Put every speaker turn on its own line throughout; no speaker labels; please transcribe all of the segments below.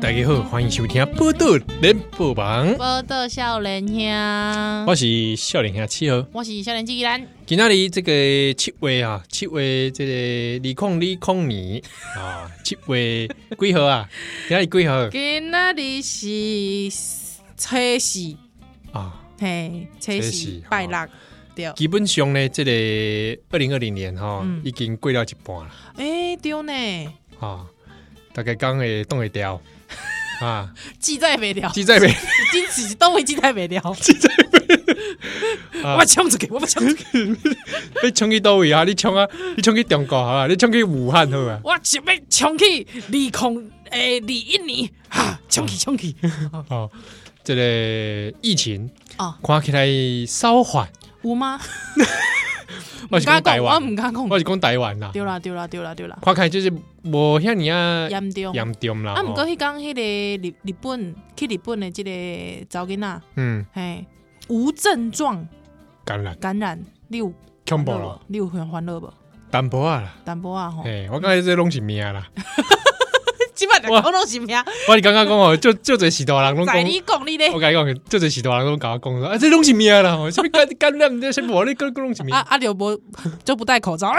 大家好，欢迎收听《波道联播网》，
报道少年兄，
我是笑脸下七号。
我是少年纪兰，
今天里这个七月啊，七月这个李控李控你啊，七月几号啊？今天里几号
今仔日是初四，
啊？
嘿，初
初
四
四
拜
哦
六对。
基本上呢，这个二零二零年哈、
嗯
已经过了一半了
诶，对呢，
啊，大概讲会冻会掉啊，
记载袂了，
记 在没？
真是都会记载袂了，记载袂
啊
了。我冲出去，我冲出去，
你冲去多位啊？你冲啊？你冲去中国好啊？你冲去武汉好啊？
我想要冲去二空诶，二一年哈，冲去 冲去。
哦，这个疫情
哦
看起来稍缓，
有吗？
我是讲台
我
湾，
唔敢 讲
我。是讲台湾啦。
对啦对啦对啦对啦，
看起来就是无遐尼啊
严重。
严重啦。
啊，毋过
吼
迄讲迄个日日本去日本的即个查某囡仔，
嗯，
嘿，无症状
感染
感染，你有
恐怖
烦恼
咯，
无你有很欢乐无？
淡薄啊啦。
淡薄啊吼，
诶，我感觉这拢是命啦。
即摆就讲拢是咩？
我是感觉讲吼，就就这时代人拢讲
在，你讲你咧
我，甲你讲，就这时代人拢甲我讲说，啊，这拢是命啦，吼，什么感 感染，这什么无你个个拢是命
啊。啊就无就不戴口罩，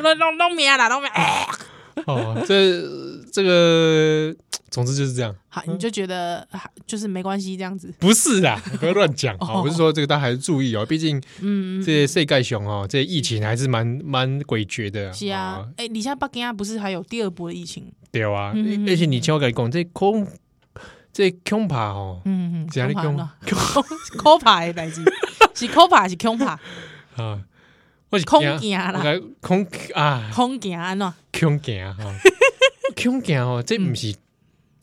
拢拢拢命啦，拢命。哎
哦，这这个，总之就是这样。
好，你就觉得啊就是没关系这样子，
不是 啦，不要乱讲啊！
哦
我是说这个大家还是注意哦，毕竟
嗯，嗯
这些世界熊哦，这些疫情还是蛮蛮诡谲的。
是啊
哦，，
哎，你像北京啊，不是还有第二波的疫情？
对啊
嗯嗯，嗯
而且你听我跟你讲，这恐这恐怕哦，
嗯嗯，
这样你讲
恐怕的代志，是恐怕还是恐怕，
啊，我是
恐
惊
惊
我
啦，
感觉恐啊，
恐惊安怎？
恐惊 哈，恐惊哦，这
嗯
不是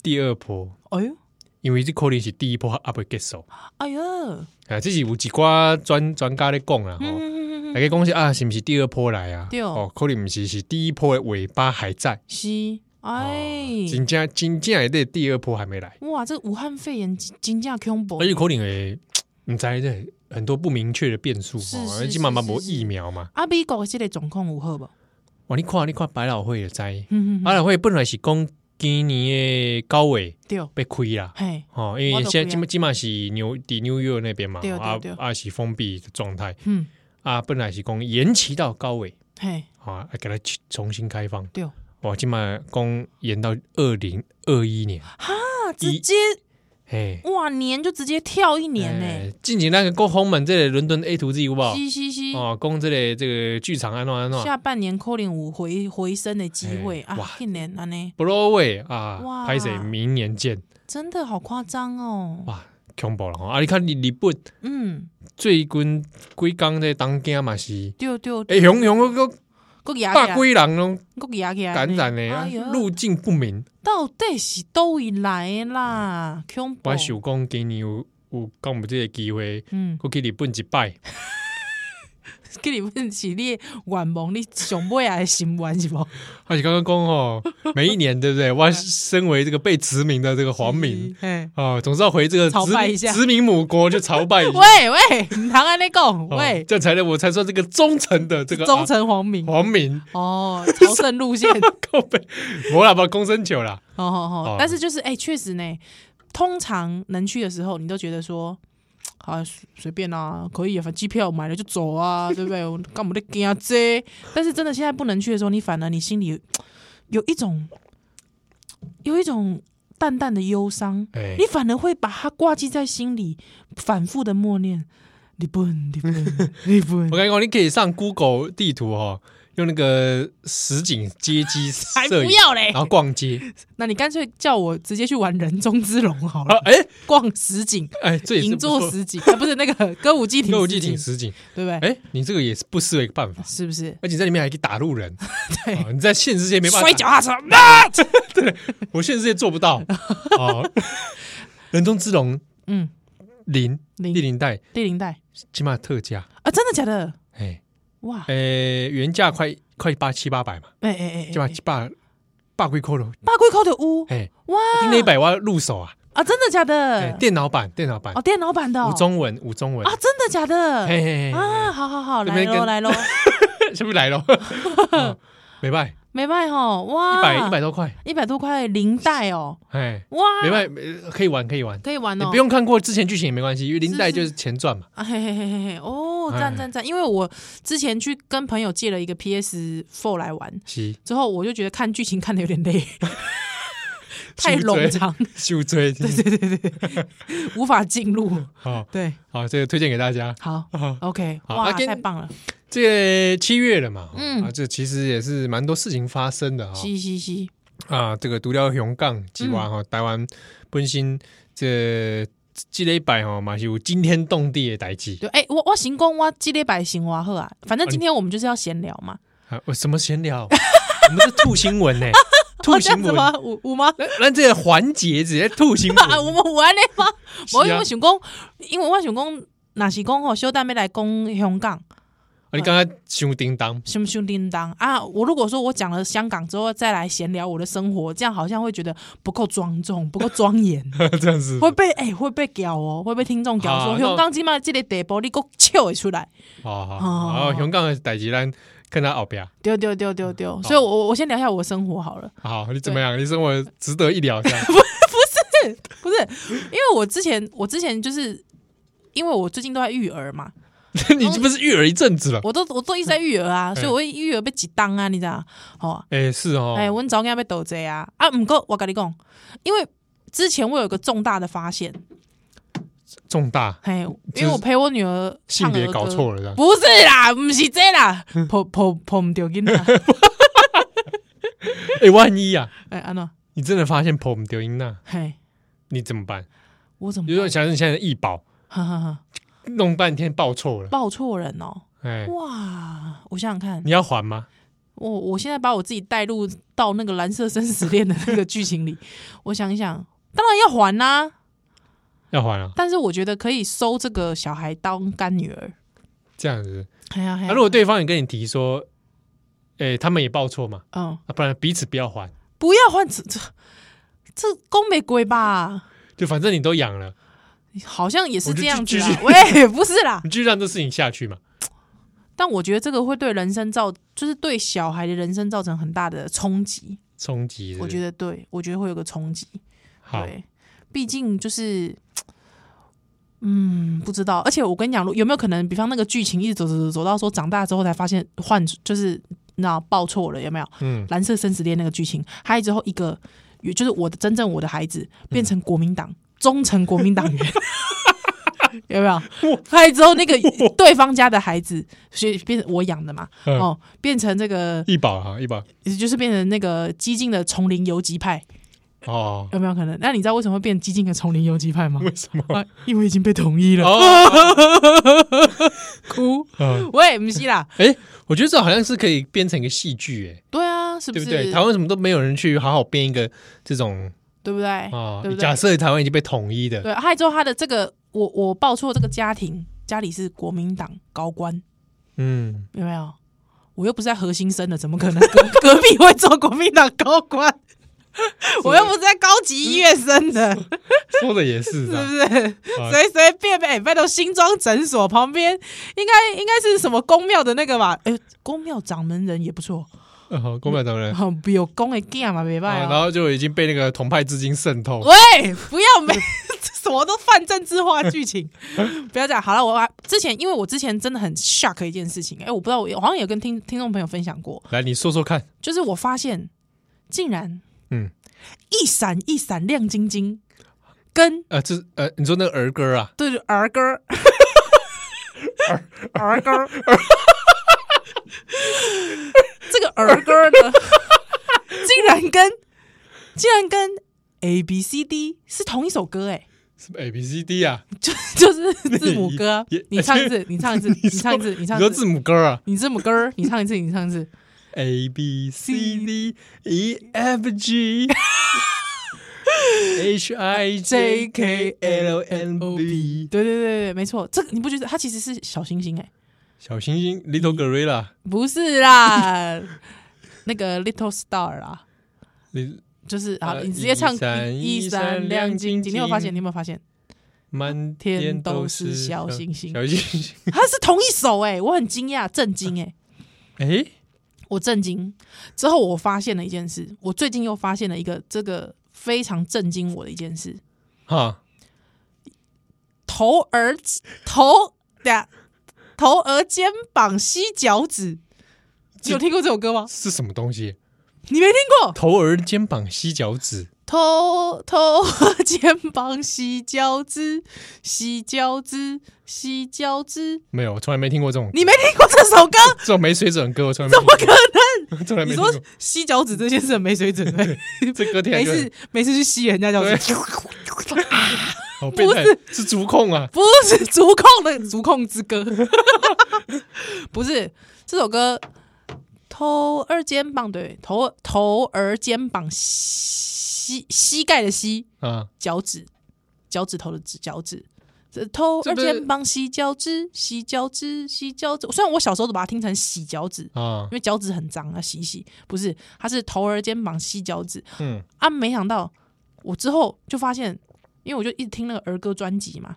第二波，
哎呦，
因为这可能是第一波还未结束
哎呦，嗯
啊，这是有一寡专专家咧讲啦吼。
嗯嗯嗯
大家讲是啊，是不是第二波来啊？
对
哦，可能不是，是第一波的尾巴还在。
是，哎，
真正真正的这第二波还没来，
哇，这武汉肺炎真真正恐怖
而，且可能会唔知这很多不明确的变数，
是
吼
是
而且慢慢
是
无
是
疫苗嘛。
啊，美国的这个状况有好无？
哇，你看你看百老汇的灾，
嗯嗯，
百老汇本来是讲今年的高位
对，
被亏啦。
嘿，
哦，因
我
为
就
现在
不要
今嘛今嘛是纽底纽约那边嘛
对，对
啊
对
啊是封闭的状态
嗯，
啊，本来是讲延期到高位
嘿，
啊，给它去重新开放。
对，
哇，今嘛讲延到二零二一年，
啊，
一
直接
嘿，
哇年就直接跳一年呢，
哎近期那个国红门这个伦敦 A 图 G 有无？
是啊是是，
哦，讲这个这个剧场安怎安怎
下半年可能有回回升的机会
哎
啊
哇，
一年安尼，
，Broadway 啊，
哇
拍谁？明年见，
真的好夸张哦，
哇，恐怖了吼！啊，你看日日本
嗯，
最近几工这东京嘛是，
对对，
哎，熊熊个
国牙
百几人拢
国牙起来呢，
感染的啊
哎呦，哦
路径不明。
到底是都会来的啦，恐怖
我，想讲今年有有讲有这个机会，
嗯。
过去日本一摆，
给你问是你的愿望，你上尾啊的心愿是无？
而且刚刚讲哦， 每一年对不对？我身为这个被殖民的这个皇民，
是，嘿
哦，总是要回这个
朝
殖
拜
民
一下
殖民母国去朝拜一 下，
喂喂，唔通安尼讲，
哦
喂，
这样才能我才算这个忠诚的这个
忠
啊
诚皇民
皇民。
哦，朝圣路线，
靠背，我喇叭公生球啦，
哦哦
哦
哦，但是就是哎，确实呢，通常能去的时候，你都觉得说。好像随随便啊，可以啊，反正机票买了就走啊， 对不对？我干嘛在惊这？但是真的现在不能去的时候，你反而你心里有一种有一种淡淡的忧伤，
哎
你反而会把它挂记在心里，反复的默念。日本，日本， 日本
我，跟你讲，你可以上 Google 地图哦，用那个实景街 机
才
摄
不
影，
要欸嘞
然！后逛街
那你干脆叫我直接去玩人中之龙好
啊
了，，
哎
逛实景，
哎，这也是
哦银
不错
座实景，啊不是 那个歌舞伎町，
歌舞伎町，实景，
对不对？
哎，你这个也是不失为一个办法，
是不是？
而且在里面还可以打路人，
对
哦你在现实世界没办法
摔
打，
脚踏车， 啊
我现实世界做不 到哦。人中之龙
嗯，
零
零
第零代
第零代
起码特价，
啊，真的假的？
哎
哇，
呃原价快快八七八百嘛，
哎哎哎
起码
哎，
八八贵扣了，
八龟口的屋，
哎，
哇，
那一百万入手啊，
啊，真的假
哎
的？
电脑版电脑版
哦，电脑版的哦
无中文，无中文
啊，，真的假的？啊
嘿嘿嘿，
啊，好好好，
这
来
边
喽
跟
来喽，
嗯是不是来了？没拜，
没卖吼，哇，
一百一百多块，
一百多块零袋哦，
哎，
哇，
没卖，呃可以玩可以玩，
可以玩
你
哦，
不用看过之前剧情也没关系，因为林黛就是是钱赚嘛，
啊，嘿嘿嘿嘿嘿，哦，
哎
赞赞赞！因为我之前去跟朋友借了一个 PS Four 来玩，
是
之后我就觉得看剧情看的有点累，太
是不是
冗长，
秀 追，
无法进入。
好
对，
好，这个推荐给大家。
好
啊，
，OK，
好
哇，
啊跟
太棒了！
这个七月了嘛，
嗯
啊，这其实也是蛮多事情发生的啊、
嘻嘻嘻，
啊，这个独钓熊杠之
嗯
外哈，台湾本身这这礼拜哈，嘛是有惊天动地的代志
对，哎，我我行功，我积累百行哇呵啊，反正今天我们就是要闲聊嘛。
啊！我什么闲聊？ 我们是吐新闻 呢、吐
哦，这
新
样子
闻。
吗？五五吗？
那那这个环节直接吐新
啊，
闻，
我们五安内吗？
是啊
我因为想讲，因为我想讲，若是讲吼，小蛋要来讲香港。
啊你刚刚胸叮当，
胸胸叮当啊！我如果说我讲了香港之后再来闲聊我的生活，这样好像会觉得不够庄重，不够庄 严，
这样子
会被哎、会被屌哦，会被听众屌
好
说
那
香港今嘛这个地步你给我笑会出来，
好好
好好
好，熊杠的代志咱看他后边。
丢丢丢
嗯
丢丢！所以我我我先聊一下我的生活好了，
好，你怎么样？你生活值得一聊这 样
不是因为我之前我之前就是因为我最近都在育儿嘛，
你这不是育儿一阵子了？
我都我都一直在育儿啊，
嗯
所以我会育儿被挤当啊，你知道？哦，
哎，是哦，
哎、阮查某囝要倒济啊！啊，毋过我甲你讲，因为之前我有一个重大的发现，
重大
嘿，因
是
为我陪我女儿
性
唱
别
儿
搞
歌
错了这样。
不是啦，毋是这 啦，抱抱抱毋着囡仔，
哎，万一啊，
哎，安怎？
你真的发现婆母丢音娜，
嘿，
你怎么办？
我怎么
比如说，
办？
想想现在的易宝
哈哈哈，
弄半天报错了，
抱错人哦！
哎，
哇，我想想看
你，要还吗？
我我现在把我自己带入到那个蓝色生死恋的那个剧情里，我想一想，当然要还啦、
要还啊，
但是我觉得可以收这个小孩当干女儿。
这样子。
哎呀，哎
那、
呀
啊如果对方也跟你提说，哎，他们也报错嘛，
嗯。
啊，不然彼此不要还，
不要换这这这公玫瑰吧？
就反正你都养了，
好像也是这样子
我
啦
就，
喂，不是啦。
你就让这事情下去嘛。
但我觉得这个会对人生造，就是对小孩的人生造成很大的冲击。
冲击，
我觉
得
得对，我觉得会有个冲击。
好，
对，毕竟就是，嗯，不知道。而且我跟你讲，如有没有可能，比方那个剧情一直走走走走到说长大之后才发现换，就是那报错了，有没有？
嗯，
蓝色生死恋那个剧情，还有之后一个，也就是我的真正我的孩子
嗯
变成国民党、忠诚国民党员， 有没有？还有之后那个对方家的孩子，所以变成我养的嘛，
嗯
哦，变成这个
易宝哈，易宝
就是变成那个激进的丛林游击派，
哦，
有没有可能？那你知道为什么会变激进的丛林游击派吗？
为什么？
啊，因为已经被统一了，
哦，
哭。
嗯
喂，不是啦，
哎、我觉得这好像是可以编成一个戏剧，哎，
对啊，是不
对
是？
不对？台湾为什么都没有人去好好编一个这种
对不对？
啊？
哎对不对
假设台湾已经被统一的，
对，还啊有之后他的这个，我我报错这个家庭，家里是国民党高官，
嗯，
有没有？我又不是在核心生的，怎么可 能隔隔壁会做国民党高官？我又不是在高级医院生的，
嗯
是
说的也是
不
啊，
是？
啊
随随便便，哎拜托新庄诊所旁边，应该应该是什么公庙的那个吧？哎、公庙掌门人也不错，
呃好，公表党 人。
好哦有公的 g 嘛，没办
啊，
法
然。后就已经被那个同派资金渗
哦
透。
喂，不要没 什么都泛政治化 剧情，不要讲好了。我把之前因为我之前真的很 shock 一件事情，哎、我不知道，我好像有跟听听众朋友分享过，
来，你说说看，
就是我发现竟然
嗯，
一闪一闪亮晶晶，跟
呃，这是呃，你说那个儿歌啊，
对着儿歌 儿，儿歌儿，这个儿歌儿呢，竟然跟竟然跟 A B C D 是同一首歌哎、
什么 A B C D 啊？
就就是字母歌啊
也，
你唱一次，你唱一次， 你
说
唱一次，你
你
唱
说
一次
字，母歌啊
你字母歌儿，你唱一次，你唱一次，
？A B C D E F G H I J K L N B
对对对对，没错，这个你不觉得它其实是小星星哎、
小星星 Little Gorilla，
不是啦， 那个 Little Star 啦，
你
就是好，
呃
你直接唱
一闪
一
一闪
闪
亮
亮
晶晶
晶晶，你有没有发现？你有没有发现？
满
天
天
都
都
是
是
小星星
小星星。
欸它是同一首哎、我很惊讶，震惊哎、
哎，
欸我震惊。之后我发现了一件事，我最近又发现了一个这个非常震惊我的一件事：
哈，
头儿头的头儿肩膀膝脚趾，你有听过这首歌吗？
是什么东西？
你没听过？
头儿肩膀膝脚趾，
头头儿肩膀膝脚趾，膝脚趾，膝脚趾，
没有，我从来没听过这种，
你没听过这首歌？
这种没水准的歌，我从来没
怎
听
么可能？
过， 从来
你
没听
说
过。
吸脚趾这件事很没水准， 对
这歌听起来
没
就很
事没事去吸人家脚趾，
好变态，是足控啊！
不是足控的足控之歌， 不是这首歌。头儿肩膀对头头儿肩膀膝膝盖的膝
啊，
脚趾脚趾头的指脚趾，这头
这
儿
不是
肩膀膝脚趾膝脚趾膝脚趾。虽然我小时候都把它听成洗脚趾，
啊
因，为脚趾很脏要洗一洗，不是它是头儿肩膀膝脚趾，
嗯
啊，没想到我之后就发现，因为我就一直听那个儿歌专辑嘛，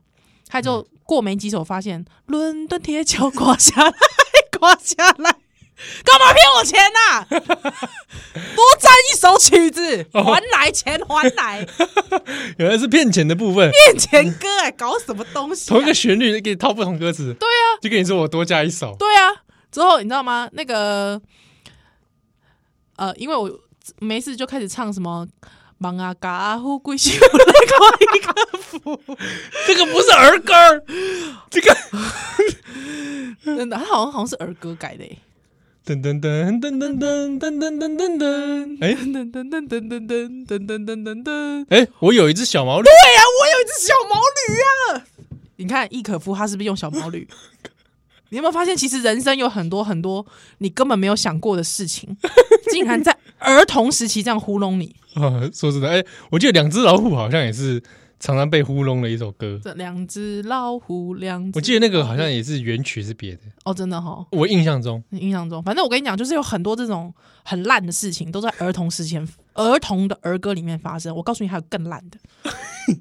他就
嗯
过没几首发现伦敦铁桥垮下来，垮下来，干嘛骗我钱呐、 多占一首曲子，
哦
还来钱还来，
原来是骗钱的部分，
骗钱歌哎、搞什么东西、啊
同一？个旋律给你套不同歌词，对啊，就跟你说我多加一首，
对啊，之后你知道吗？那个呃，因为我没事就开始唱什么。忙啊，嘎啊，富贵秀来过一个
这个不是儿歌儿， 这个
真的，他好像好像是儿歌改的欸耶，
噔噔噔噔噔噔噔噔噔噔噔，哎
噔噔噔噔噔噔噔噔噔噔噔。
哎，我有一只小毛驴，
对呀、我有一只小毛驴啊！你看易可夫他是不是用小毛 驴？你有没有发现，其实人生有很多很多你根本没有想过的事 情，竟然在儿童时期这样糊弄你。
啊，说真的，哎，我记得两只老虎好像也是常常被糊弄的一首歌，
这两只老虎，两只
我记得那个好像也是原曲是别的，
哦，真的哈、哦，
我印象中，
印象中，反正我跟你讲，就是有很多这种很烂的事情，都在儿童时期、儿童的儿歌里面发生。我告诉你，还有更烂 的，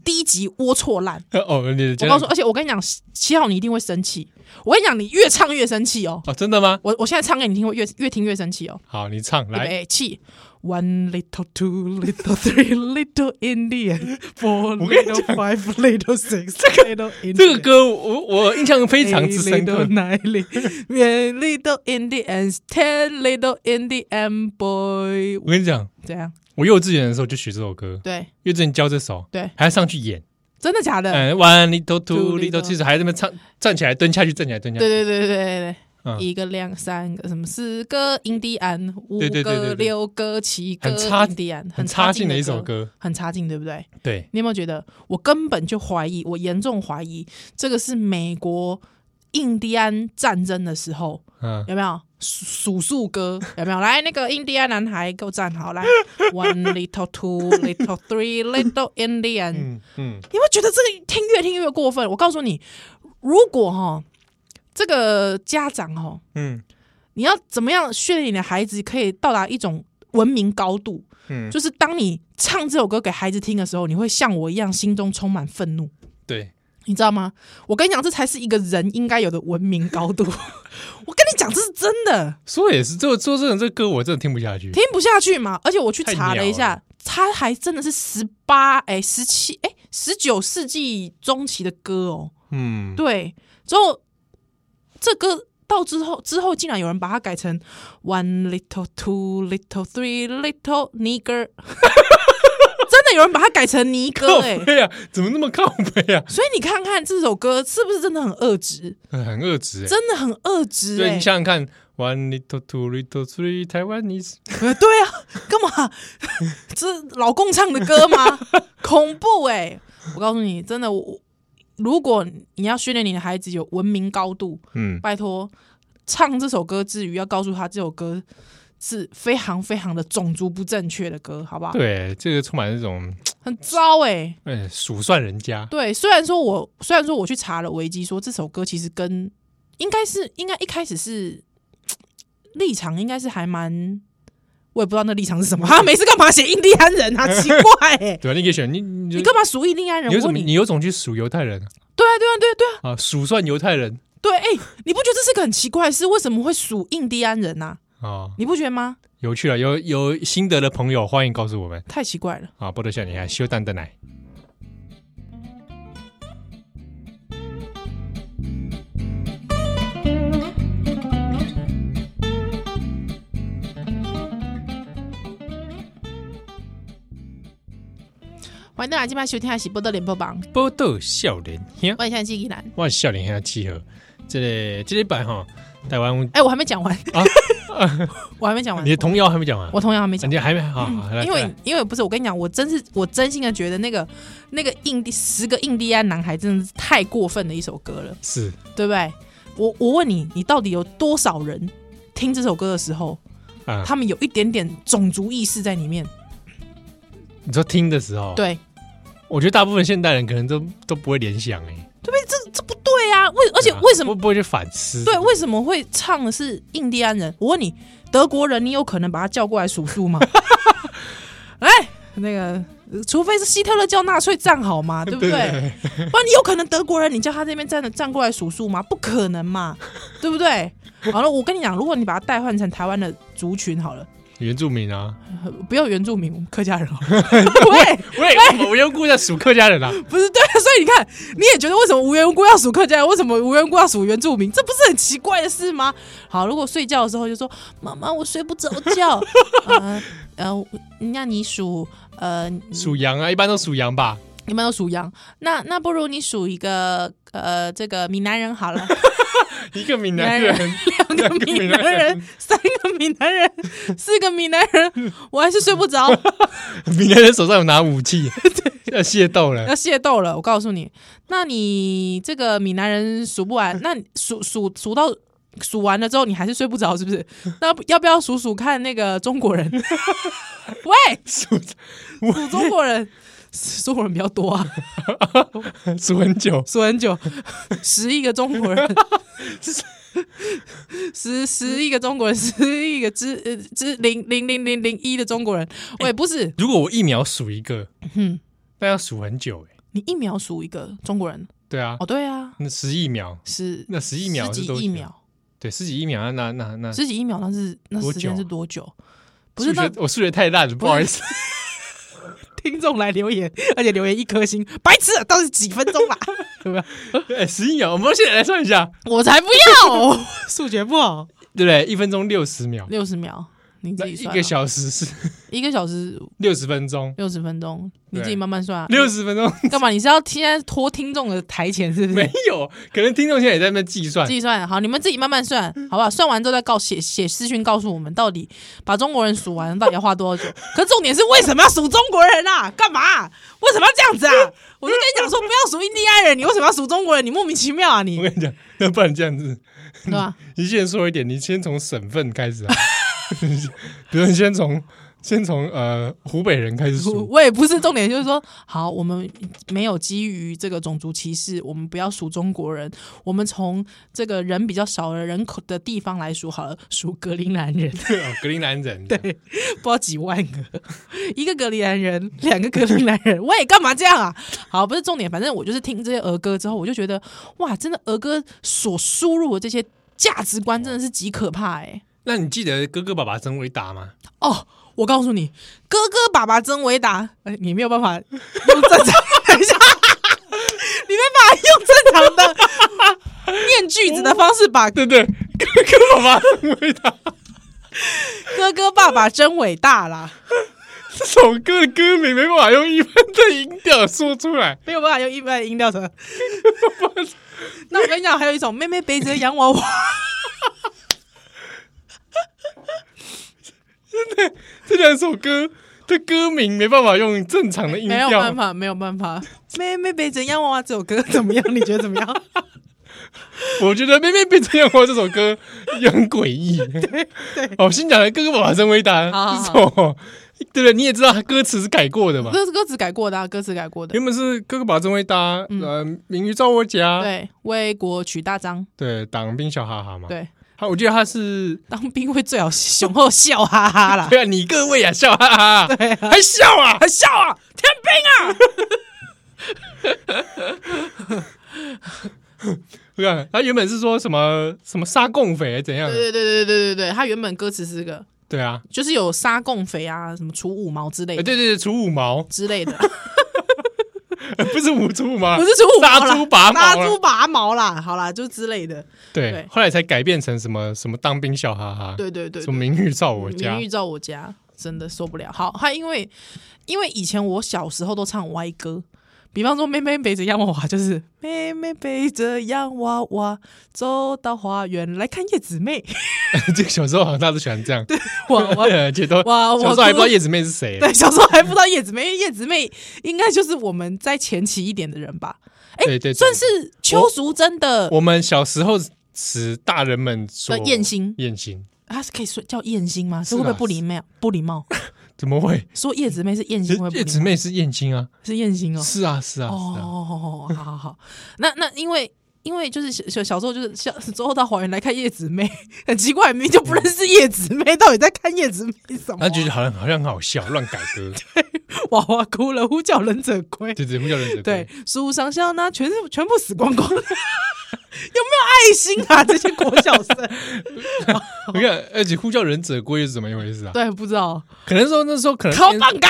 低级龌龊烂。
哦，你的
我告诉，而且我跟你讲，七号你一定会生气。我跟你讲，你越唱越生气哦。
哦，真的吗？
我我现在唱给你听，会越越听越生气哦。
好，你唱
预
来，
备起，One little, two little, three little Indian, four
我跟你
little, five little, six little Indian。
这个歌我我印象非常之深
Eight
刻
little。nine little, nine little Indians, ten little Indian boy。
我跟你讲，
怎样？
我幼稚园的时候就学这首歌，
对
幼稚园教这首，
对，
还要上去演，
真的假的？
嗯，one little two
Two
little，
little
其实还在那边唱，站起来蹲下去，站起来蹲下
对
去，
对对对对
嗯
对，一个两三个什么四个印第安，五
对对对对
个
对
六个七个
很差
印第安，
很差劲
劲
的
的
一首，歌。
很差劲，对不对？
对，
你有没有觉得？我根本就怀疑，我严重怀疑这个是美国印第安战争的时候
嗯，
有没有数数数歌？有没有？来，那个印第安男孩给我站好，来，one little two little three little Indian，
嗯嗯，
你有没有觉得这个听越听越过分？我告诉你，如果哈这个家长哈，
嗯
你要怎么样训练你的孩子可以到达一种文明高度？
嗯，
就是当你唱这首歌给孩子听的时候，你会像我一样心中充满愤怒，
对，
你知道吗？我跟你讲，这才是一个人应该有的文明高度。 我跟你讲，这是真的，
说也是，这说真的，这歌我真的听不下去。
听不下去嘛。而且我去
太
查
鸟
了一
了
下，他还真的是十八哎十七哎十九世纪中期的歌哦。
嗯，
对，之后这歌到之后之后，竟然有人把它改成 one little two little three little nigger，真的有人把它改成尼哥
靠
哎、
背啊，怎么那么靠背啊？
所以你看看这首歌是不是真的很恶质，
很恶质哎。
真的很恶质
对，
哎、
你想想看，one little two little three，台湾 e s
对啊，干嘛？ 这老共唱的 歌吗？恐怖哎、我告诉你，真的，我我如果你要训练你的孩子有文明高度，
嗯，
拜托，唱这首歌之余，要告诉他这首歌是非常非常的种族不正确的歌，好不好？
对，这个充满那种
很糟哎、
哎数算人家。
对，虽然说我虽然说我去查了维基，说这首歌其实跟应该是应该一开始是立场应该是还蛮。我也不知道那立场是什么，他、啊、 没事干嘛写印第安人啊？奇怪、 欸，
对吧？你可以选，你你就
你干嘛数印第安人？
你有
我
什
问
么？
你，
你有种去数犹太人啊
对啊，对啊，对啊，对啊，
啊？数算犹太人
对，哎、你不觉得这是个很奇怪的事？为什么会数印第安人啊？
啊、哦，
你不觉得吗？
有趣了，有有心得的朋友欢迎告诉我们
太奇怪了。
啊！波多少年还修蛋的奶，
欢迎大家今晚收听的是《波多连播榜》，
波多少年兄，
我现在是依兰。
哇，少年兄啊契合，这个这一版哈，台湾
哎、我还没讲完，
啊
我还没讲完
你的，童谣还没讲完，
我同样还没讲
人。家还没好，好来
因
来
为因为不是我跟你讲，我真是我真心的觉得那个那个印第十个印第安男孩真的是太过分的一首歌了，
是
对不对？我我问你，你到底有多少人听这首歌的时候，
啊，哦
他们有一点点种族意识在里面？
你说听的时候，，
对，
我觉得大部分现代人可能都都不会联想哎、欸，
这不对呀、为而且
对啊
为什么？
不不会去反思？
对，为什么会唱的是印第安人？我问你，德国人，你有可能把他叫过来数数吗？哎，那个，呃除非是希特勒叫纳粹站好嘛，对不对？不然你有可能德国人，你叫他这边站着站过来数数吗？不可能嘛，对不对？好了，我跟你讲，如果你把它代换成台湾的族群好了，
原住民啊，
呃不要原住民，我们客家人好了。对，
喂，我无缘无故在数客家人啊，
不是对，所以你看，你也觉得为什么无缘无故要数客家人，为什么无缘无故要数原住民？这不是很奇怪的事吗？好，如果睡觉的时候就说 妈妈，我睡不着觉， 呃呃，那你数呃，
属羊啊，一般都属羊吧？
你们都数羊，那那不如你数一个呃，这个闽南人好 了，
一个闽南人，
两个闽南人，三个闽南人，四个闽南人，我还是睡不着，
闽南人手上有拿武 器，要械斗了
要械斗了。我告诉你，那你这个闽南人数不完，那你数数数到数完了之后，你还是睡不着，是不是？ 那不要不要数数看那个中国人？喂，
数
数中国人，中国人比较多啊，
数很久，
数 很久，十亿个中国人。十十亿个中国人，十亿个之呃之零零零零零一的中国人，
欸
喂，不是
如果我一秒数一个，
嗯哼
那要数很久哎、
你一秒数一个中国人
对啊，
哦，对啊，
那十亿秒，
十
那十亿秒
十
是
几
多啊
亿秒，
对，十几亿秒，那那那
十几亿秒，那是那
多
时间
久
是
啊
多久？不是
数
那
学我数学太烂了，不好意思。
听众来留言，而且留言一颗星，白痴啊，到底是几分钟啦？对吧？
哎，十一秒，我们现在来算一下，
我才不要，数学不好，
对不对？一分钟六十秒，
六十秒，你自
那
己
一
算啊，
个小时是
一个小时
六十分钟，
六十分钟，你
对
自己慢慢算啊。
六十分钟
干嘛？你是要现在拖听众的台前是不
没
是？
有，可能听众现在也在那边计算
自。己算好，你们自己慢慢算，好不好？算完之后再告写写私讯告诉我们，到底把中国人数完到底要花多久？可重点是为什么要数中国人啊？干嘛、为什么要这样子啊？我就跟你讲说，不要数印第安人，你为什么要数中国人？你莫名其妙啊你，
我跟你讲，那不然这样子，
对吧？
你先说一点，你先从省份开 始啊， 比如你先从先从呃湖北人开始
我
数，
我也不是重点，就是说，好，我们没有基于这个种族歧视，我们不要数中国人，我们从这个人比较少的人口的地方来数好了，数格陵兰 人。
哦格陵兰人对，
不知道几万个， 一个格陵兰人， 两个格陵兰人，喂，干嘛这样啊？好，不是重点，反正我就是听这些儿歌之后，我就觉得哇，真的儿歌所输入的这些价值观真的是极可怕哎、
那你记得哥哥爸爸真伟大吗？
哦，我告诉你，哥哥爸爸真伟大，哎，你没有办法用正常，等一下， 你没办法用正常的念句子的方式把
对对，哥哥爸爸真伟大，
哥哥爸爸真伟大啦。
这首歌的歌名没办法用一分的音调说出来。
没有办法用一般的音调的。那我跟你讲，还有一种妹妹背着洋娃娃，
这两首歌的歌名没办法用正常的音
没有
调，
办法，没有办法。妹妹背着洋娃娃这首歌怎么样？你觉得怎么样？
我觉得《妹妹变成阳光》这首歌也很诡异。哦，新讲的《哥哥爸爸真伟大》
好
这首，对不对？你也知道它歌词是改过的嘛？
歌词歌词改过的、啊，歌词改过的。
原本是哥哥爸爸真伟大，呃，名于赵我家，
嗯对，为国取大章。
对，党兵小哈哈嘛。
对，
他我记得他是，
当兵会最好雄厚笑哈哈 啦。
对啊，你各位啊，笑哈哈，
对啊
还笑啊，还笑啊，
天兵啊！
我看他原本是说什么什么杀共匪还是怎样的？
对对对对对对对，他原本歌词是个，
对啊，
就是有杀共匪啊，什么除五毛之类
哎
的、
对对对，除五毛
之类的，
不是五除五吗？
不是除五毛啦
杀猪拔毛啦
杀猪拔毛啦，好啦，就之类的，
对
对，
后来才改变成什么什么当兵笑哈哈，
对对对
什么名誉照我家
名，誉照我家，真的受不了。好，还因为因为以前我小时候都唱歪歌，比方说妹妹背着洋娃娃，就是妹妹背着洋娃娃走到花园来看叶子妹，
这个小时候好像大家都喜欢这样，
哇 哇
而且都
哇，我
小时候还不知道
哭
叶子妹是谁，啊
对，小时候还不知道叶子妹，因为叶子妹应该就是我们在前期一点的人吧，
对对，
哎算是邱淑贞的，
我们小时候时大人们说
的燕星
燕星
她啊是可以说叫燕星吗？
是
这
啦
会不会不礼貌？不礼貌，
怎么会？
说叶子妹是燕星会不会
叶
不
子
礼貌？
妹是燕星啊，
是燕星哦，
是啊是啊是啊，
哦，好好好，那那因为因为就是小小小时候就是小 之后到花园来看叶子妹， 很奇怪，明明就不认识叶子妹，到底在看叶子妹什么
他？觉得好像好像很好笑，乱改歌，
娃娃哭了，呼叫忍者龟，
对对，不叫忍者龟
对，，树上香呢，全是全部死光光了。有没有 爱心啊？这些国小 生，
你看，而且呼叫忍者龟又是怎么一回事啊？
对，不知道，
可能说那时候可能
靠棒嘎，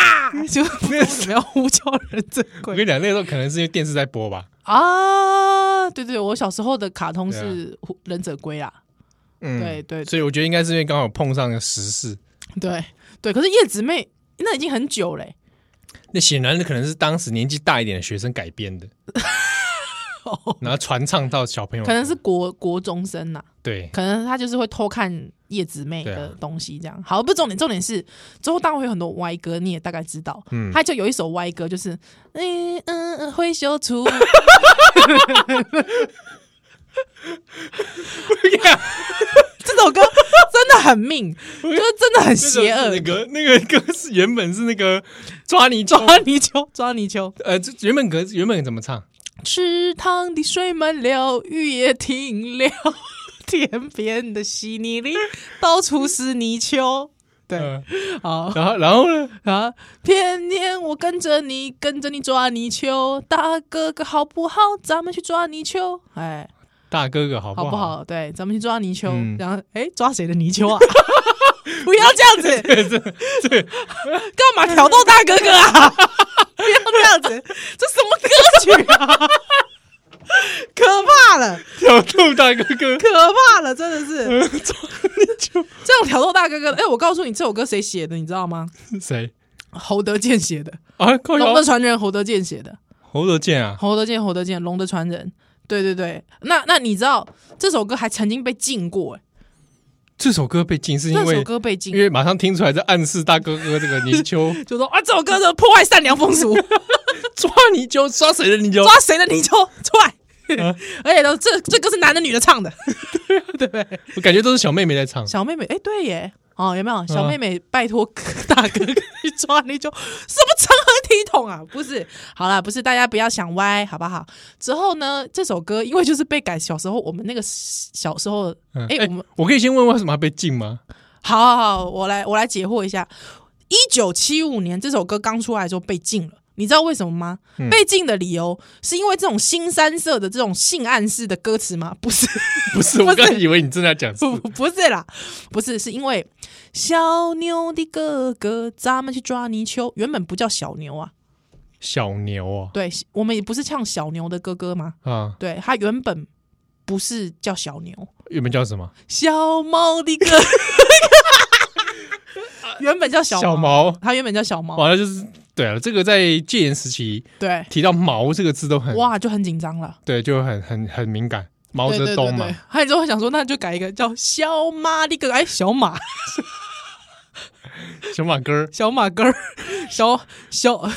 就不知道为什么要呼叫忍者
我
龟
跟你讲，那时候可能是因为电视在播吧，
啊？对对，我小时候的卡通是呼忍者龟啊啦，
嗯，
对对
所以我觉得应该是因为刚好碰上了时事。
对对，可是叶子妹那已经很久嘞、
那显然可能是当时年纪大一点的学生改编 的，然后传唱到小朋友，
哦可能是国国中生呐、
对
可能他就是会偷看叶子妹的东西这样。好，不是重点，重点是之后大会有很多歪歌，你也大概知道，
嗯
他就有一首歪歌，就是嗯嗯嗯会修除， 这首歌真的很命，就是真的很邪恶
那。个那个歌是原本是那个抓泥抓，
抓泥鳅，抓泥鳅，
呃，这原本歌原本怎么唱？
池塘的水满了，雨也停了， 天边的稀泥里到处是泥鳅。对，
呃
好。
然后然后呢？
啊！偏偏我跟着你，跟着你抓泥鳅，大哥哥好不好？咱们去抓泥鳅，哎，
大哥哥好不
好不？ 好？对，咱们去抓泥鳅。
嗯
然后，哎，抓谁的泥鳅啊？ 不要这样子，干嘛挑逗大哥哥啊？ 不要这样子，这什么歌曲啊？ 可怕了，
小兔大哥哥，
可怕了，真的是
呃抓泥鳅
这种挑逗大哥哥的。哎，我告诉你，这首歌谁写的，你知道吗？
谁
侯德健写的，
啊？靠
《
腰
龙的传人》侯德健写的。
侯德健啊，
侯德健，侯德健，《龙的传人》。对对对，那那你知道这首歌还曾经被禁过、欸？
这首歌被禁是因
这首
为
歌被禁
因，为马上听出来在暗示大哥哥这个泥 鳅
就说啊，这首歌是破坏善良风俗，
抓泥鳅抓谁的泥鳅？
抓谁的泥鳅出来。
啊
而且都这这歌是男的女的唱的，对不对？
我感觉都是小妹妹在唱。
小妹妹，哎、对耶，哦，有没有小妹妹拜托哥 大哥哥去抓泥鳅？什么成何体统啊？ 不是，好啦，不是，大家不要想歪，好不好？之后呢，这首歌因为就是被改，小时候我们那个小时候，
嗯
哎、
哎
我们
我可以先问为什么他被禁吗？
好好好，我来我来解惑一下。一九七五年这首歌刚出来的时候被禁了，你知道为什么吗？
嗯
被禁的理由是因为这种新三色的这种性暗示的歌词吗？不是，
不是，我刚才以为你正在讲是
不不是啦，不是，是因为小牛的哥哥，咱们去抓泥鳅，原本不叫小牛啊，
小牛哦，
对我们也不是唱小牛的哥哥吗？
啊，
对，他原本不是叫小牛，
原本叫什么？
小猫的 哥哥，原本叫小
小
毛，哦
毛，
他原本叫小毛，
完了就是对啊了。这个在戒严时期
对。
提到“毛”这个字都很
哇，就很紧张了。
对，就很很很敏感。毛泽东嘛
对对对，对，还有之后想说，那就改一个叫小马的歌，哎，小马，
小马哥儿
小马哥儿，小小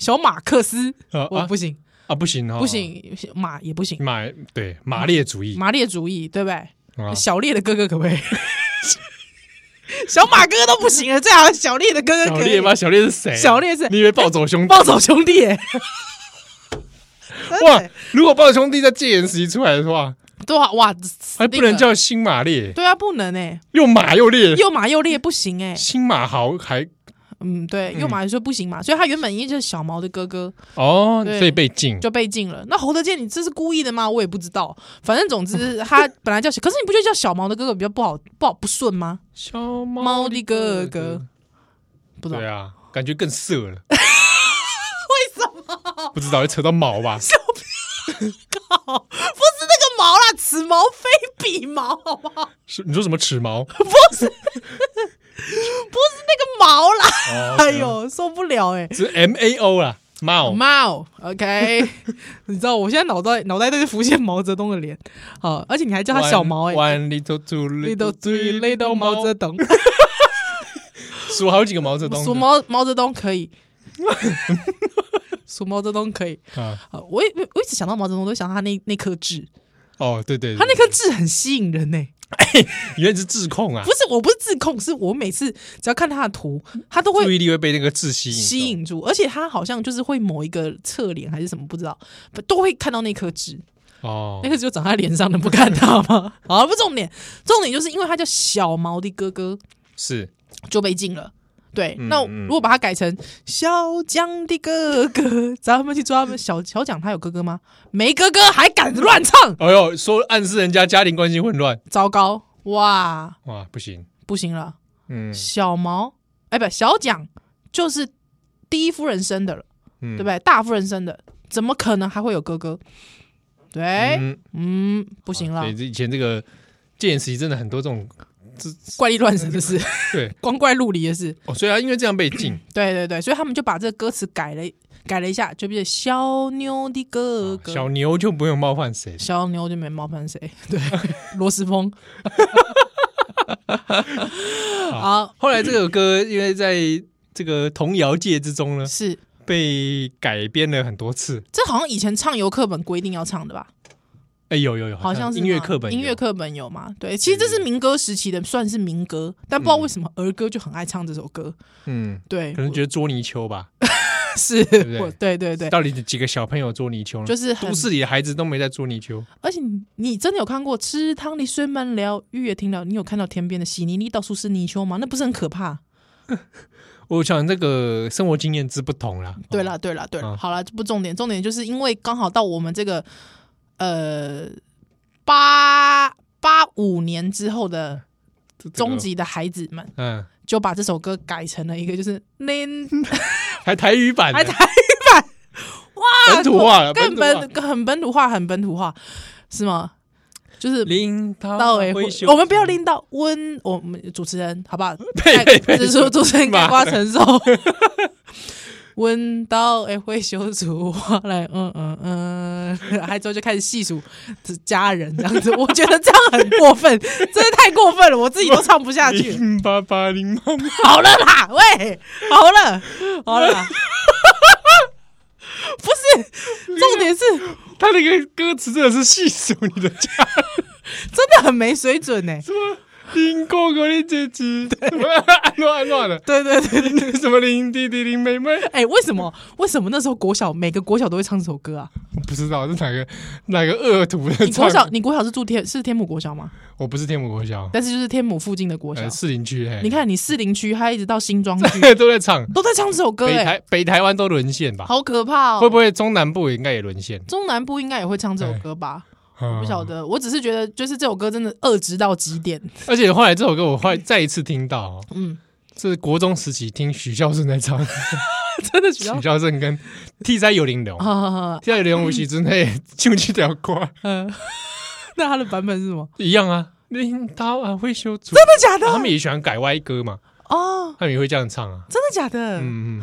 小马克思，
啊
我
啊
不行，
啊，不行哦，
不，行，马也不行，
马对马列主义
马列主义，对不对？
啊，
小烈的哥哥可不可以？ 小马哥都不行 啊了，最好小烈的哥哥
小
可以
烈吗？小烈是谁啊？
小烈是
你以为暴走兄弟？
暴走兄弟 耶，
哇
真的！
如果暴走兄弟在戒严时期出来的话，
对啊，哇，
还不
那
能
个，
叫新马烈，
对啊，不能哎，
又马又烈，
又马又烈不行哎，
新马豪还
嗯，对，
嗯
右马就说不行嘛，所以他原本应该就是小毛的哥哥
哦，
对
所以被禁。
就被禁了。那侯德健，你这是故意的吗？我也不知道，反正总之他本来叫小，可是你不觉得叫小毛的哥哥比较不好不好不顺吗？
小
猫的哥哥，不知道
对啊，感觉更色 了。为什么？不知道，会扯到毛吧？
靠，不是那个毛啦，此毛非彼毛，好不好？
是你说什么齿毛？
不是那个毛啦，
哦
哎，呦，受不了哎、
是 M A O 啦，猫
猫，OK，你知道我现在脑袋脑袋都是浮现毛泽东的脸，好，而且你还叫他小毛哎、
，One little two
little three little 毛泽东，
数好几个毛泽东的，
数毛毛泽东可以， 数毛泽东可以。
啊，
好我一我一直想到毛泽东，我都想到他那那颗痣，
哦，对对，对
他那颗痣很吸引人呢、哎
原来是自控啊
不，是，我不是自控，是我每次只要看他的图，他都
注
会
意力会被那个字吸引，
吸，引住，而且他好像就是会某一个侧脸还是什么不知道，都会看到那颗痣。
哦
那，个就长在脸上的，不看他吗？ 好，不重点，重点就是因为他叫小毛的哥哥
是
就被禁了。对，
嗯
那
嗯
如果把它改成小江的哥哥，咱们去抓他们小小蒋，他有哥哥吗？没哥哥，还敢乱唱，
哎呦，说暗示人家家庭关系混乱，
糟糕！哇，
哇，不行，
不行了，
嗯，
小毛，哎，不，小蒋就是第一夫人生的了，
对
对不？对？大夫人生的，怎么可能还会有哥哥？对，
嗯，
嗯，不
不
行了，
以前这个戒严时期真的很多这种，
怪力乱神的事，
对，
光怪陆离的事。
哦，所以他因为这样被禁，
对对对，所以他们就把这个歌词改了，改了一下，就变成小妞的哥
哦
哥。
小牛就不用冒犯谁，
小妞就没冒犯谁， 对，罗 斯风。好，
后来这个歌因为在这个童谣界之中呢，
是
被改编了很多次。
这好像以前唱游课本规定要唱的吧？
哎，有有有，
好像是
音
吗
乐课本有，
音乐课本有嘛？对，其实这是民歌时期的，算是民歌，但不知道为什么儿歌就很爱唱这首歌。
嗯，
对，
可能觉得捉泥鳅吧？
得是，
不对
我对对对，
到底几个小朋友捉泥鳅呢？
就是很
都市里的孩子都没在捉泥鳅，
而且你你真的有看过《池塘里水满了，雨也停了》？你有看到天边的洗泥地到处是泥鳅吗？那不是很可怕？
我想这个生活经验之不同啦。
对
哦，
啦，对啦，对啦，
嗯
好啦，这不重点，重点就是因为刚好到我们这个呃八八五年之后的
这这个
终极的孩子们，
嗯，
就把这首歌改成了一 个就是您
还台语版的，
还台
哇，本土化了，
更
土化
本很本土化，很本土化，是吗？就是
领导
到尾
会
会
修，
我们不要拎到温，我们主持人好不好？
呸呸呸
只说主持人
妈
盖
的
瓜承受。温到诶会修竹花来，嗯嗯嗯，还之后就开始细数家人这样子，我觉得这样很过分，真的太过分了，我自己都唱不下去。
零八八零妈妈，
好了啦，喂，好了，好了啦，不是，重点是
他那个歌词真的是细数你的 家，
真的很没水准呢、
什么林哥哥的姐姐， 什么安诺安诺的，
对对对对
什么林弟弟林妹妹，
哎、为什么？为什么那时候国小每个国小都会唱这首歌啊？
我不知道是哪个哪个恶徒的
你国小
唱，
你国小是住天是天母国小吗？
我不是天母国小，
但是就是天母附近的国小。
呃，士林区，嘿
你看，你士林区，还一直到新庄区
都在唱。
都在唱这首歌、
北
哎，
台北台湾都沦陷吧？
好可怕哦！
会不哎会中南部也应该也沦陷？
中南部应该也会唱这首歌吧？
我
不晓。得，我只是觉得就是这首歌真的恶直到极点。
而且后来这首歌我后来再一次听到、哦，
嗯，
是国中时期听许孝顺在唱，
真的需要
许孝顺跟 T 三有玲珑。
啊，
T 三有玲珑无锡之内就这条瓜
嗯，那他的版本是什么？
一样啊，领导啊会修竹，
真的假的？
他们也喜欢改歪歌嘛，
哦，
他们也会这样唱啊，
真的假的？
嗯嗯嗯，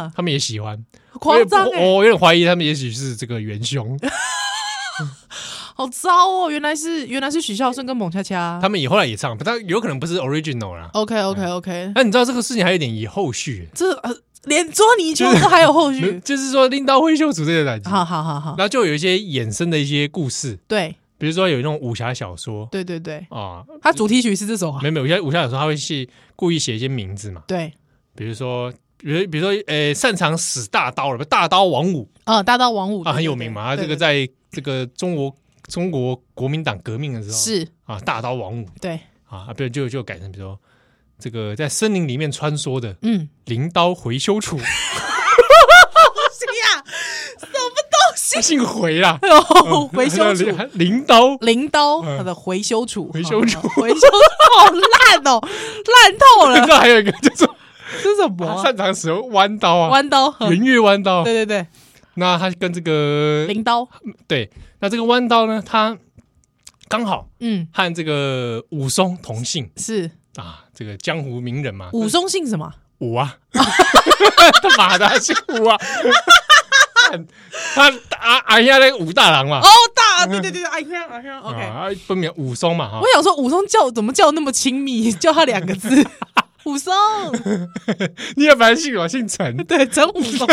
啊，
他们也喜欢，我也不
夸张哎、
我我有点怀疑他们也许是这个元凶，
好糟哦！原来是原来是许孝顺跟蒙恰恰
他。们也后来也唱，但有可能不是 original 啦。
OK OK OK，
那你知道这个事情还有点以后续，
这呃连捉泥鳅都还有后续。
就是说拎刀会修竹这个感觉，
嗯好好好好
然，后就有一些衍生的一些故事，
对
比如说有那种武侠小说
对对对，
啊，
它主题曲是这首啊
没。有没有，有些武侠小说他会去故意写一些名字嘛，
对，
比如说，比如比如说，呃，擅长使大刀的大刀王五
啊，大刀王五
啊，很有名嘛，他这个在这个中国中国国民党革命的时候
是，
啊，大刀王五
对，
啊，啊，不就就改成比如说这个在森林里面穿梭的
嗯，
镰刀回修处，
谁呀、啊什么
他姓回啦，
东
嗯
西？哦， 回 修处，
镰镰 刀
镰刀，
嗯
它的回修处，
回修处
好好回修处好烂 哦，烂透了，
那还有一个就是
这啊什么
他
啊？
擅长使用弯刀啊，
弯刀，呵
圆月弯刀。哎
对对对，
那他跟这个
镰刀，
对，那这个弯刀呢，它刚好
嗯，
和这个武松同姓
是
啊，这个江湖名人嘛，
武松姓什么？
武啊， 他妈的他姓武啊， 看他啊啊呀那个武大郎嘛
哦，大，对对对，哎呀哎呀，OK，
嗯啊，分别武松嘛哈
我，想说武松叫怎么叫那么亲密，叫他两 个字，武松，
你也蛮姓什么？姓陈，
对，真武松，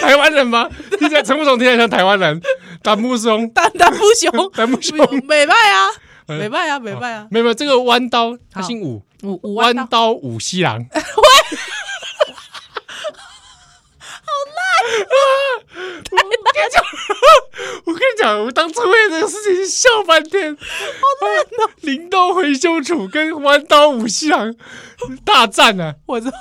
台湾人吗？听起来陈武松听起来像台湾人， 丹木松，
单单不 雄，
丹木松，
美拜 啊，
嗯
美拜啊，美 拜啊，
没有没有，这个弯刀他
好
姓武，
哦武武
弯
弯刀，
刀武西郎，我跟你讲，我当初为这个事情笑半天，好烂哦！镰刀回修处跟弯刀武西郎大战啊！
我知道，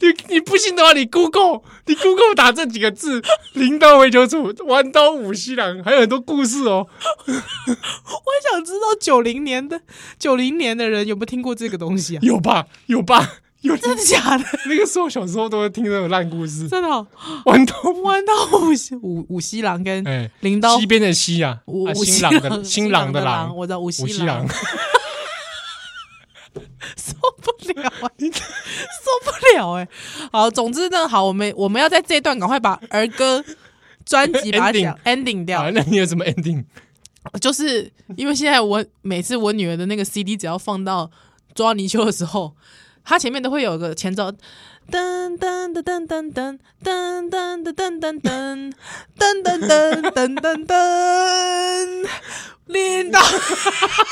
你你不信的话，你 Google，你 Google 打这几个字“镰刀回修处”、“弯刀武西郎”，还有很多故事哦。
我也想知道九零年的九零年的人有没有听过这个东西啊？
有吧？有吧？有
真的假的？
那个时候小时候都会听这种烂故事，
真的哦、
弯刀
弯刀武西武武西郎跟
哎，
镰刀
西边的西啊，
武
啊
武
新
西
郎的
郎
新郎的郎，
我知道武
武西
西
郎
郎，受不了、欸，受不了哎、好，总之呢，好，我们我们要在这一段赶快把儿歌专辑把它讲 ending
啊
掉，，
那你有什么 ending？
就是因为现在我每次我女儿的那个 CD 只要放到抓泥鳅的时候，它前面都会有个前奏。噔噔噔噔噔噔噔噔噔噔噔噔噔噔噔噔噔噔，领导 就会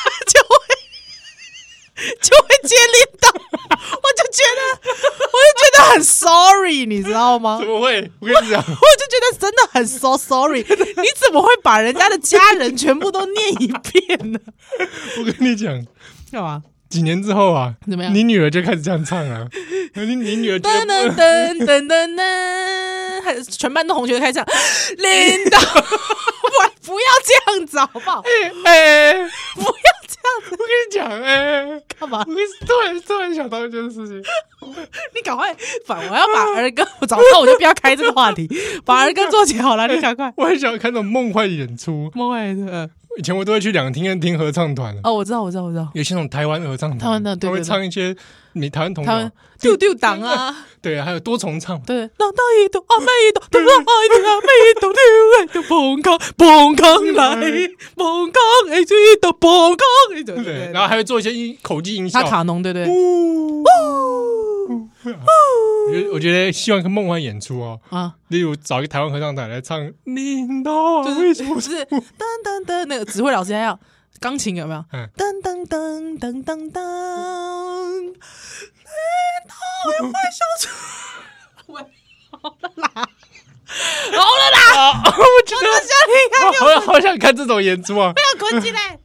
就会接领导， 我就觉得我就觉得很 sorry，你知道吗
怎？么会？我跟你讲，
我就觉得真的很 so sorry，你怎么会把人家的家人全部都念一遍呢？
我跟你讲，
干嘛？
几年之后啊，
怎么样
你女儿就开始这样唱了、 你你女儿就
噔噔噔噔噔噔，还全班的同学开始唱，领导， 我不要这样子好不 好？
哎、哎
不要这样
我
子，
跟你讲，哎、
干嘛
我？跟你突然突然想到一件事情，
你赶快反，我要把儿歌，我早知道我就不要开这个话 题，把儿歌做起好了，你赶快。
我很想看那种梦幻演出。
莫爱的，呃
以前我都会去两厅院听合唱团的，
哦，我知道，我知道，我知道，
有些那种台湾合唱团，
台湾的对
他会
对对
唱一些你台湾童
他
谣
们，丢丢党啊。
对，还有多重唱，
对，浪到一朵阿妹一朵，浪到一朵阿妹一朵，流来的蹦康蹦康来，蹦康哎就一朵蹦康哎对
对不对，然后还会做一些音口技音效
他。卡农对不对？
呜我觉得我觉得希望一个梦幻演出哦，
啊，
例如找一个台湾合唱团来唱《你到
就
为什
是
么
不是噔噔噔那个指挥老师还要钢琴有没有？噔噔噔噔噔噔，哎，他会笑出，喂，好了啦，
啊，我觉
好
得
了啦，我 的小哦你看，
好好想看这种演出啊！
不要滚起来。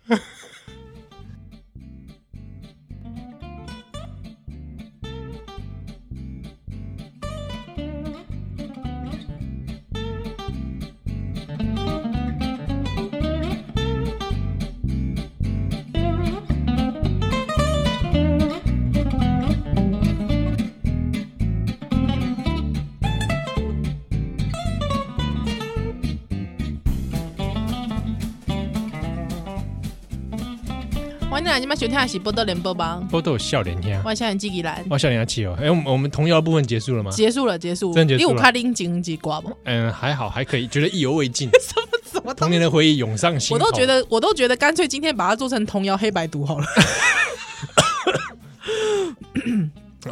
欢迎大家今晚收听的是《波多联播帮》，
都都有笑脸呀，
我是人纪吉兰。
哇，笑脸要气哦！哎，我们我们童谣部分结束了吗？
结束了，结束，
真结束了
因为我看另景几挂吧，
嗯，还好，还可以，觉得意犹未尽，
什么
童年的回忆涌上心
我
头。
都觉得，我都觉得，干脆今天把它做成童谣黑白读好了，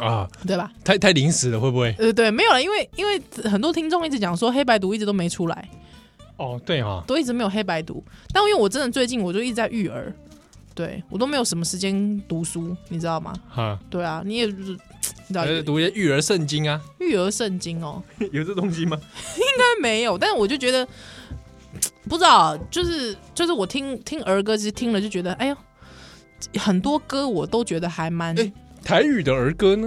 啊，
对吧？
太太临时了，会不会？
呃，对，没有了，因为因为很多听众一直讲说黑白读一直都没出来，
哦，对哈，
都一直没有黑白读。但因为我真的最近我就一直在育儿，对我都没有什么时间读书，你知道吗？
哈，
对啊，你也你知道
呃，读一些育儿圣经啊，
育儿圣经哦，
有这东西吗？
但没有，但我就觉得不知道，就是就是我听听儿歌，其实听了就觉得，哎呦，很多歌我都觉得还蛮、
哎台语的儿歌呢？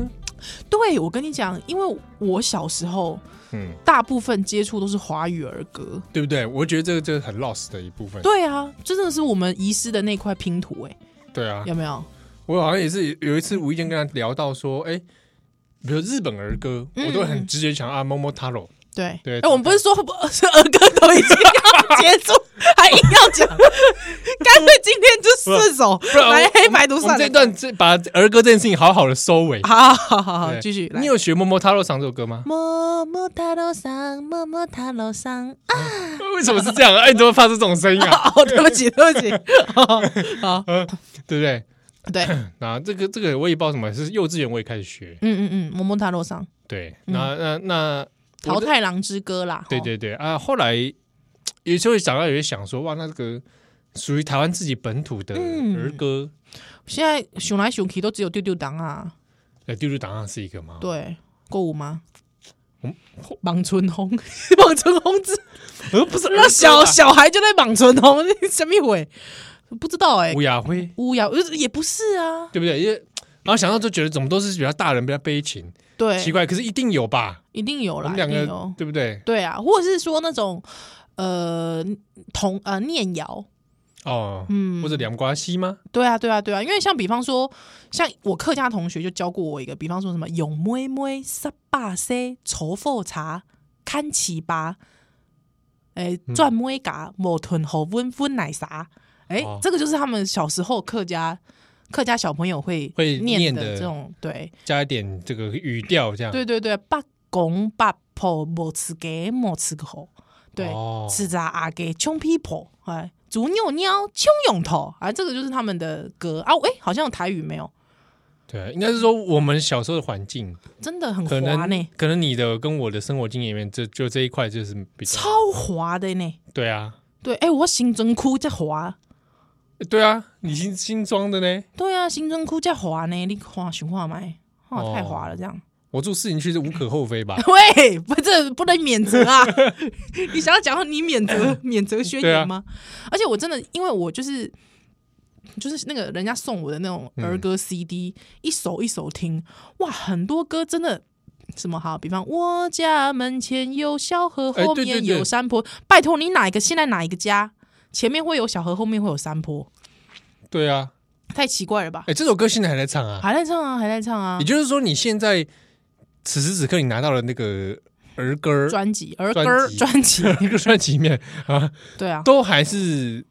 对。我跟你讲，因为我小时候
嗯，
大部分接触都是华语儿歌，
对不对？我觉得这个这个很 lost 的一部分。
对啊，这真的是我们遗失的那块拼图、哎、
对啊，
有没有？
我好像也是有一次无意间跟他聊到说，哎、比如日本儿歌，
嗯
我都很直接想啊，某某 taro，
对，
对
哎、我们不是说不 是儿歌都已经要结束， 还硬要 讲，干脆今天就四首
不然我
来黑白读
我
算
们
了
这。段这把儿歌这件事情好好的收尾。
好 好好好，
对
继续来
你。有学某某 taro 唱这首歌 吗？
么么塔罗桑，么么塔罗桑。
为什么是这样？ 哎，你怎么发出这种声音啊？
哦，对不起，对不起。 好，
对不对？
对，嗯
那这个这个我也不知道什么，是幼稚园我也开始学。
嗯嗯，么么塔罗桑，
对，
嗯
那那那
桃
我的
太郎之歌啦。
对
哦，
对对啊！后来有时候想到也会想说，哇，那这个属于台湾自己本土的
嗯
儿歌，
现在熊来熊去都只有丢丢档啊。
呃，丢丢档案是一个吗？
对，购物吗
嗯？
莽村红， 莽村 红之，
呃，不是儿歌
那
啊
小小孩就在莽村红， 什么鬼？不知道哎
吴，雅辉，
乌鸦呃也不是啊。
对不对？因为然后想到就觉得怎么都是比较大人比较悲情，奇
对，
怪，可是一定有吧？
一定有
我
啦，
们
一
两
定有
个。对不对？
对啊，或者是说那种呃童呃念谣，
哦，
嗯，
或者凉瓜西吗？
对啊，对啊，对啊，因为像比方说，像我客家同学就教过我一个，比方说什么“永妹妹十八岁愁富茶看起吧”，哎，
嗯
转妹嘎莫吞后温温奶茶，哎、
哦
这个就是他们小时候客家客家小朋友会
会念
念
的嗯
的这种，对，
加一点这个语调这样。
对对对，八公八婆莫吃给莫吃个好，对，
哦
吃炸阿给穷皮婆，哎，竹扭鸟穷勇头，啊，这个就是他们的歌啊，哎，好像有台语没有，
对，应该是说我们小时候的环境，
真的很
可
滑
能
呢，
可能你的跟我的生活经验里面，这就这一块就是比较
超滑的呢。
对啊，
对，哎，我新增哭在滑，
对啊，你新新装的呢？
对啊，新增哭在滑呢，你看想看麦，哇，
哦
太滑了这样。？
我住市营区是无可厚非吧
喂，不，这不能免责啊！ 你想要讲到你免 责免责宣
啊
言吗？而且我真的，因为我就是就是那个人家送我的那种
嗯
儿歌 CD，、一首一首听，哇，很多歌真的。什么好？比方我家门前有小河，
哎
后
对对
面
对
有山坡。拜托你哪一个？现在哪一个家前面会有小河，后面会有山坡？
对啊，
太奇怪了吧
哎、？这首歌现在还在唱啊。
还在唱啊，还在唱啊
也！就是说，你现在此时此刻你拿到了那个儿歌儿
专辑儿
专
歌
辑
专辑，
儿歌专辑里面啊，
对啊，
都还是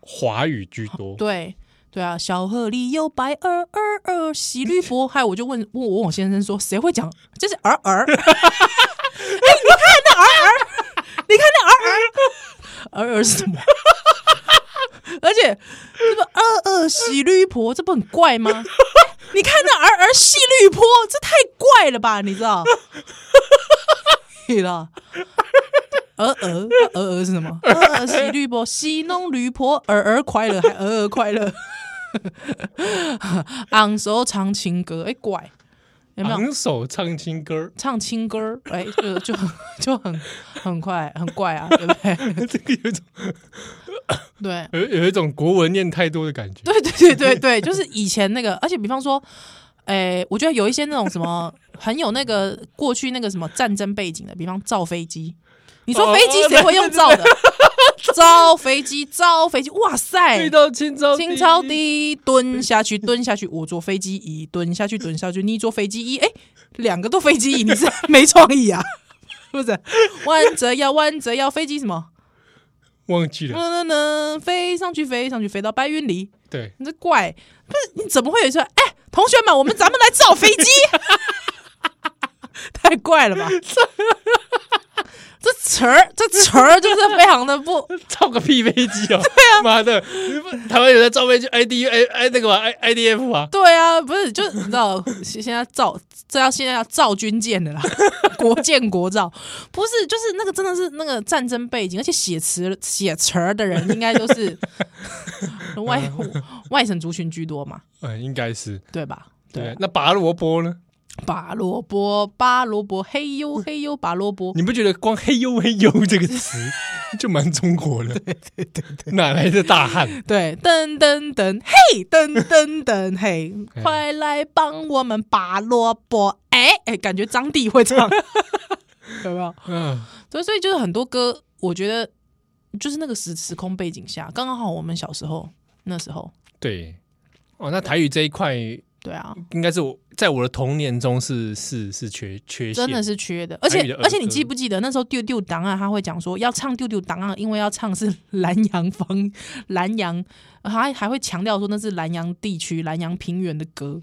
华语居多。
对对啊，小河里有白鹅鹅鹅，喜绿波。还有我就问问我问我先生说，谁会讲这是鹅 鹅？哎、你看那鹅鹅，你看那鹅鹅，鹅鹅是什么？ 而且这个鹅鹅喜绿婆，这不很怪吗？你看那鹅鹅喜绿婆，这太怪了吧？你知道？ 你知道？鹅鹅鹅鹅呃是什么？鹅鹅喜绿婆，喜弄驴婆，鹅鹅快乐，还鹅鹅快乐。昂首唱情歌，哎、怪，有没有？
昂首唱情歌，
唱情歌儿，哎、就就很就很很快很怪啊，对不 对？
这个有一种
对
有有一种国文念太多的感觉。
对对对对对，就是以前那个，而且比方说，哎、我觉得有一些那种什么很有那个过去那个什么战争背景的，比方造飞机，你说飞机谁会用造的？造飞机，造飞机，哇塞
遇！到清朝，
清朝，的蹲下去，蹲下去，我坐飞机椅，蹲下去，蹲下去，你坐飞机椅，哎、两个都飞机椅，你是没创意啊？是不是？弯折腰，弯折腰，飞机什么？
忘记了。
嗯嗯嗯，飞上去，飞上去，飞到白云里，
对，
你这怪，不是你怎么会有说，哎、同学们，我们咱们来造飞机， 太怪了吧？这词儿，这词儿就是非常的不
造个屁飞机 哦！对啊，妈的， 台湾有在造飞机，I D I I 那个嘛，I I D F 啊，
对啊，不是，就是你知道， 现现在造这要现在要造军舰的啦， 国建国造，不是，就是那个真的是那个战争背景，而且写词写词儿的人应该都是 外外省族群居多嘛，
嗯，应该是
对吧？对
对
啊。
那拔萝卜呢？
拔萝卜，拔萝卜，嘿呦嘿呦，拔萝卜。
你不觉得光“嘿呦嘿呦”这个 词就蛮中国的？对对对，哪来的大汉？，
对，噔噔噔，嘿，噔噔噔，嘿 快来帮我们拔萝卜！哎哎，感觉张帝会唱，有没有？
嗯，
对，所以就是很多歌，我觉得就是那个时时空背景下，刚刚好我们小时候那时候，
对。哦，那台语这一块
对啊，
应该是我在我的童年中是是是缺缺陷，
真的是缺的。而
台语
且
的儿歌
而且你记不记得那时候丢丢档案他会讲说要唱丢丢档案，因为要唱是 南洋方南洋，还还会强调说那是南洋地区南洋平原的歌，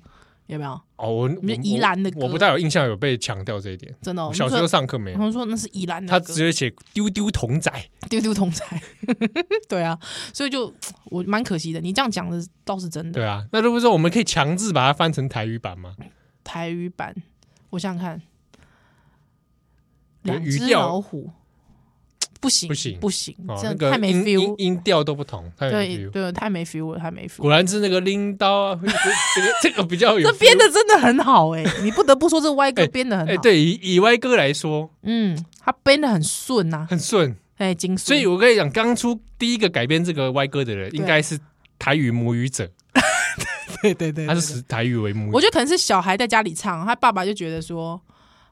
有没有？
哦。我我
你们宜兰的歌
我不大有印象有被强调这一点。
真的、哦，
我小时候上课没
然
有，
后说那是宜兰的
他
歌，
直接写丢丢童仔，
丢丢同才， 对啊，所以就我蛮可惜的。你这样讲的倒是真的，
对啊。那如果说我们可以强制把它翻成台语版吗？
台语版，我想想看，
有
两
语
只
调
老虎，不行
不行
不行
哦，，那
真的
个
太没
音音
feel，
音调都不同，太没
对
feel。
对，太没 feel 了，太没 feel 了。
果然是那个拎刀啊， 这个这个比较有
这
feel
编的真的很好 哎，你不得不说这歪歌编的很
哎，
好，
对，以以歪哥来说
嗯，他编的很顺呐，
很顺，
哎，精
所以
髓。
我跟你讲，当初第一个改编这个歪歌的人，
对
应该是台语母语者，
对对对
他是视台语为母语。
我觉得可能是小孩在家里唱，他爸爸就觉得说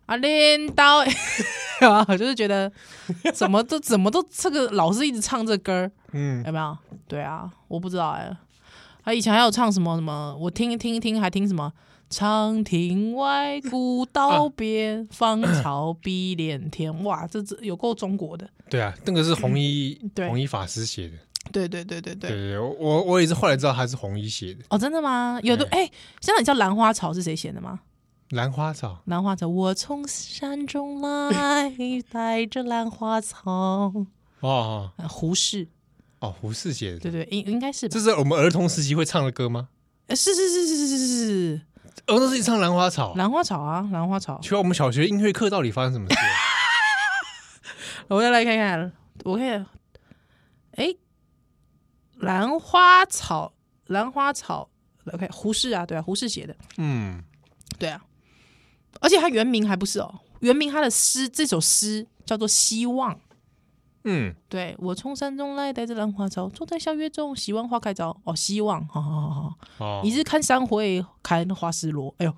啊，镰刀， 啊，就是觉得怎么都怎么都这个老是一直唱这歌儿，
嗯，
有没有？对啊，我不知道哎、他以前还有唱什么什么，我听一听一听，还听什么“长亭外，古道边，芳草碧连天”。哇，这这有够中国的。
对啊，那个是红衣
嗯对
红衣法师写的，
对对对对
对
对
对对，我我我也是后来知道他是红衣写的。
哦，真的吗？有的哎，现在你知道《兰花草》是谁写的吗？
兰花草，
兰花草，我从山中来，带着兰花 草。
哦哦
呃胡适，
哦，胡适写的，
对对，应应该是吧
这？是我们儿童时期会唱的歌吗？
呃是是是是是是是是，
儿童时期唱《兰花草》，
兰花草啊，兰花草。
奇怪，我们小学音乐课到底发生什么事？啊
我再来看看，我看，哎、兰花草，兰花草，OK，胡适啊，对啊，胡适写的，
嗯，
对啊，而且他原名还不是哦，原名他的诗，这首诗叫做《希望》。
嗯，
对我从山中来，带着兰花草，坐在小月中，希望花开早。哦，希望，好好好好，
哦
一，日看山回，看花失落。哎呦，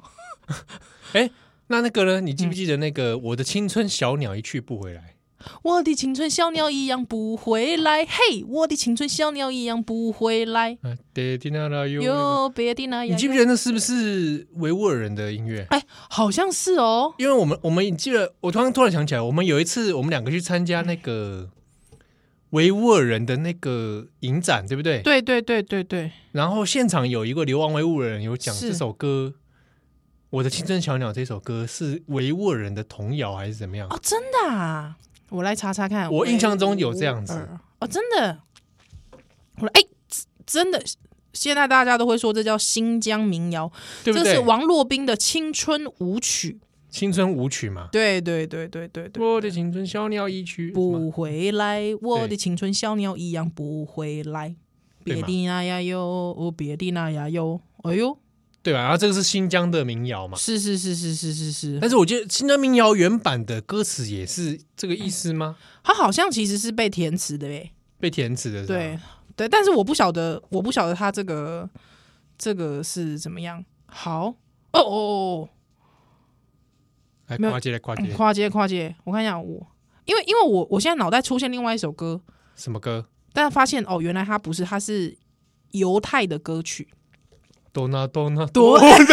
哎，那那个呢？你记不记得那个《我的青春小鸟一去不回来
我的青春小鸟一样不回来，嘿，我的青春小鸟一样不回来》。
啊？爹地那拉哟，
有别的那样。
你记不记得那是不是维吾尔人的音乐？
哎，好像是哦。
因为我们我们记得，我突然突然想起来，我们有一次我们两个去参加那个维吾尔人的那个影展，对不对？
对对对对对，
然后现场有一个流亡维吾尔人有讲
是
这首歌，《我的青春小鸟》这首歌是维吾尔人的童谣还是怎么样？
哦，真的啊！我来查查看，
我印象中有这样子
维吾尔哦，真的。我来哎，真的，现在大家都会说这叫新疆民谣，
对不
这
对
是？王洛宾的青春舞曲。
青春舞曲嘛。
对对对对对对。
我的青春小鸟一去什么
不回来，我
对
的青春小鸟一样不回来。
对嘛
别的那呀哟，哦，别的那呀哟，哎呦，
对吧？然啊后这个是新疆的民谣嘛。
是是是是是是是，
但是我觉得新疆民谣原版的歌词也是这个意思吗？
他好像其实是被填词的耶。
被填词的是吧
对对，但是我不晓得，我不晓得他这个这个是怎么样。好，哦哦哦
来
没有
跨界来跨
哦，
界，
跨界跨界，我看一下我，因为因为我我现在脑袋出现另外一首歌，
什么歌
但发现哦，原来它不是，它是犹太的歌曲，
多纳多纳
多
纳，
多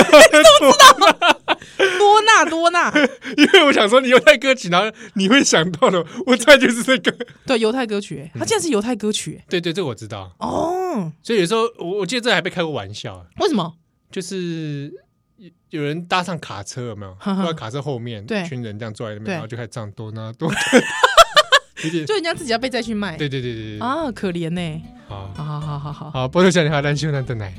纳多纳，
因为我想说你犹太歌曲，然后你会想到的，我猜就是这 个。
对，犹太歌曲耶，它竟然是犹太歌曲耶，
对对，这个我知道。
哦，
所以有时候我我记得这还被开过玩笑，啊
为什么？
就是有有人搭上卡车，有没有？
哈哈
坐在卡车后面，
对
一群人这样坐在那边，
对
然后就开始唱多纳多纳， 有点
就人家自己要被再去卖
对对对对对
啊，可怜呢、
好
好好好好好，
好，波多小女孩，蓝秀男的奶。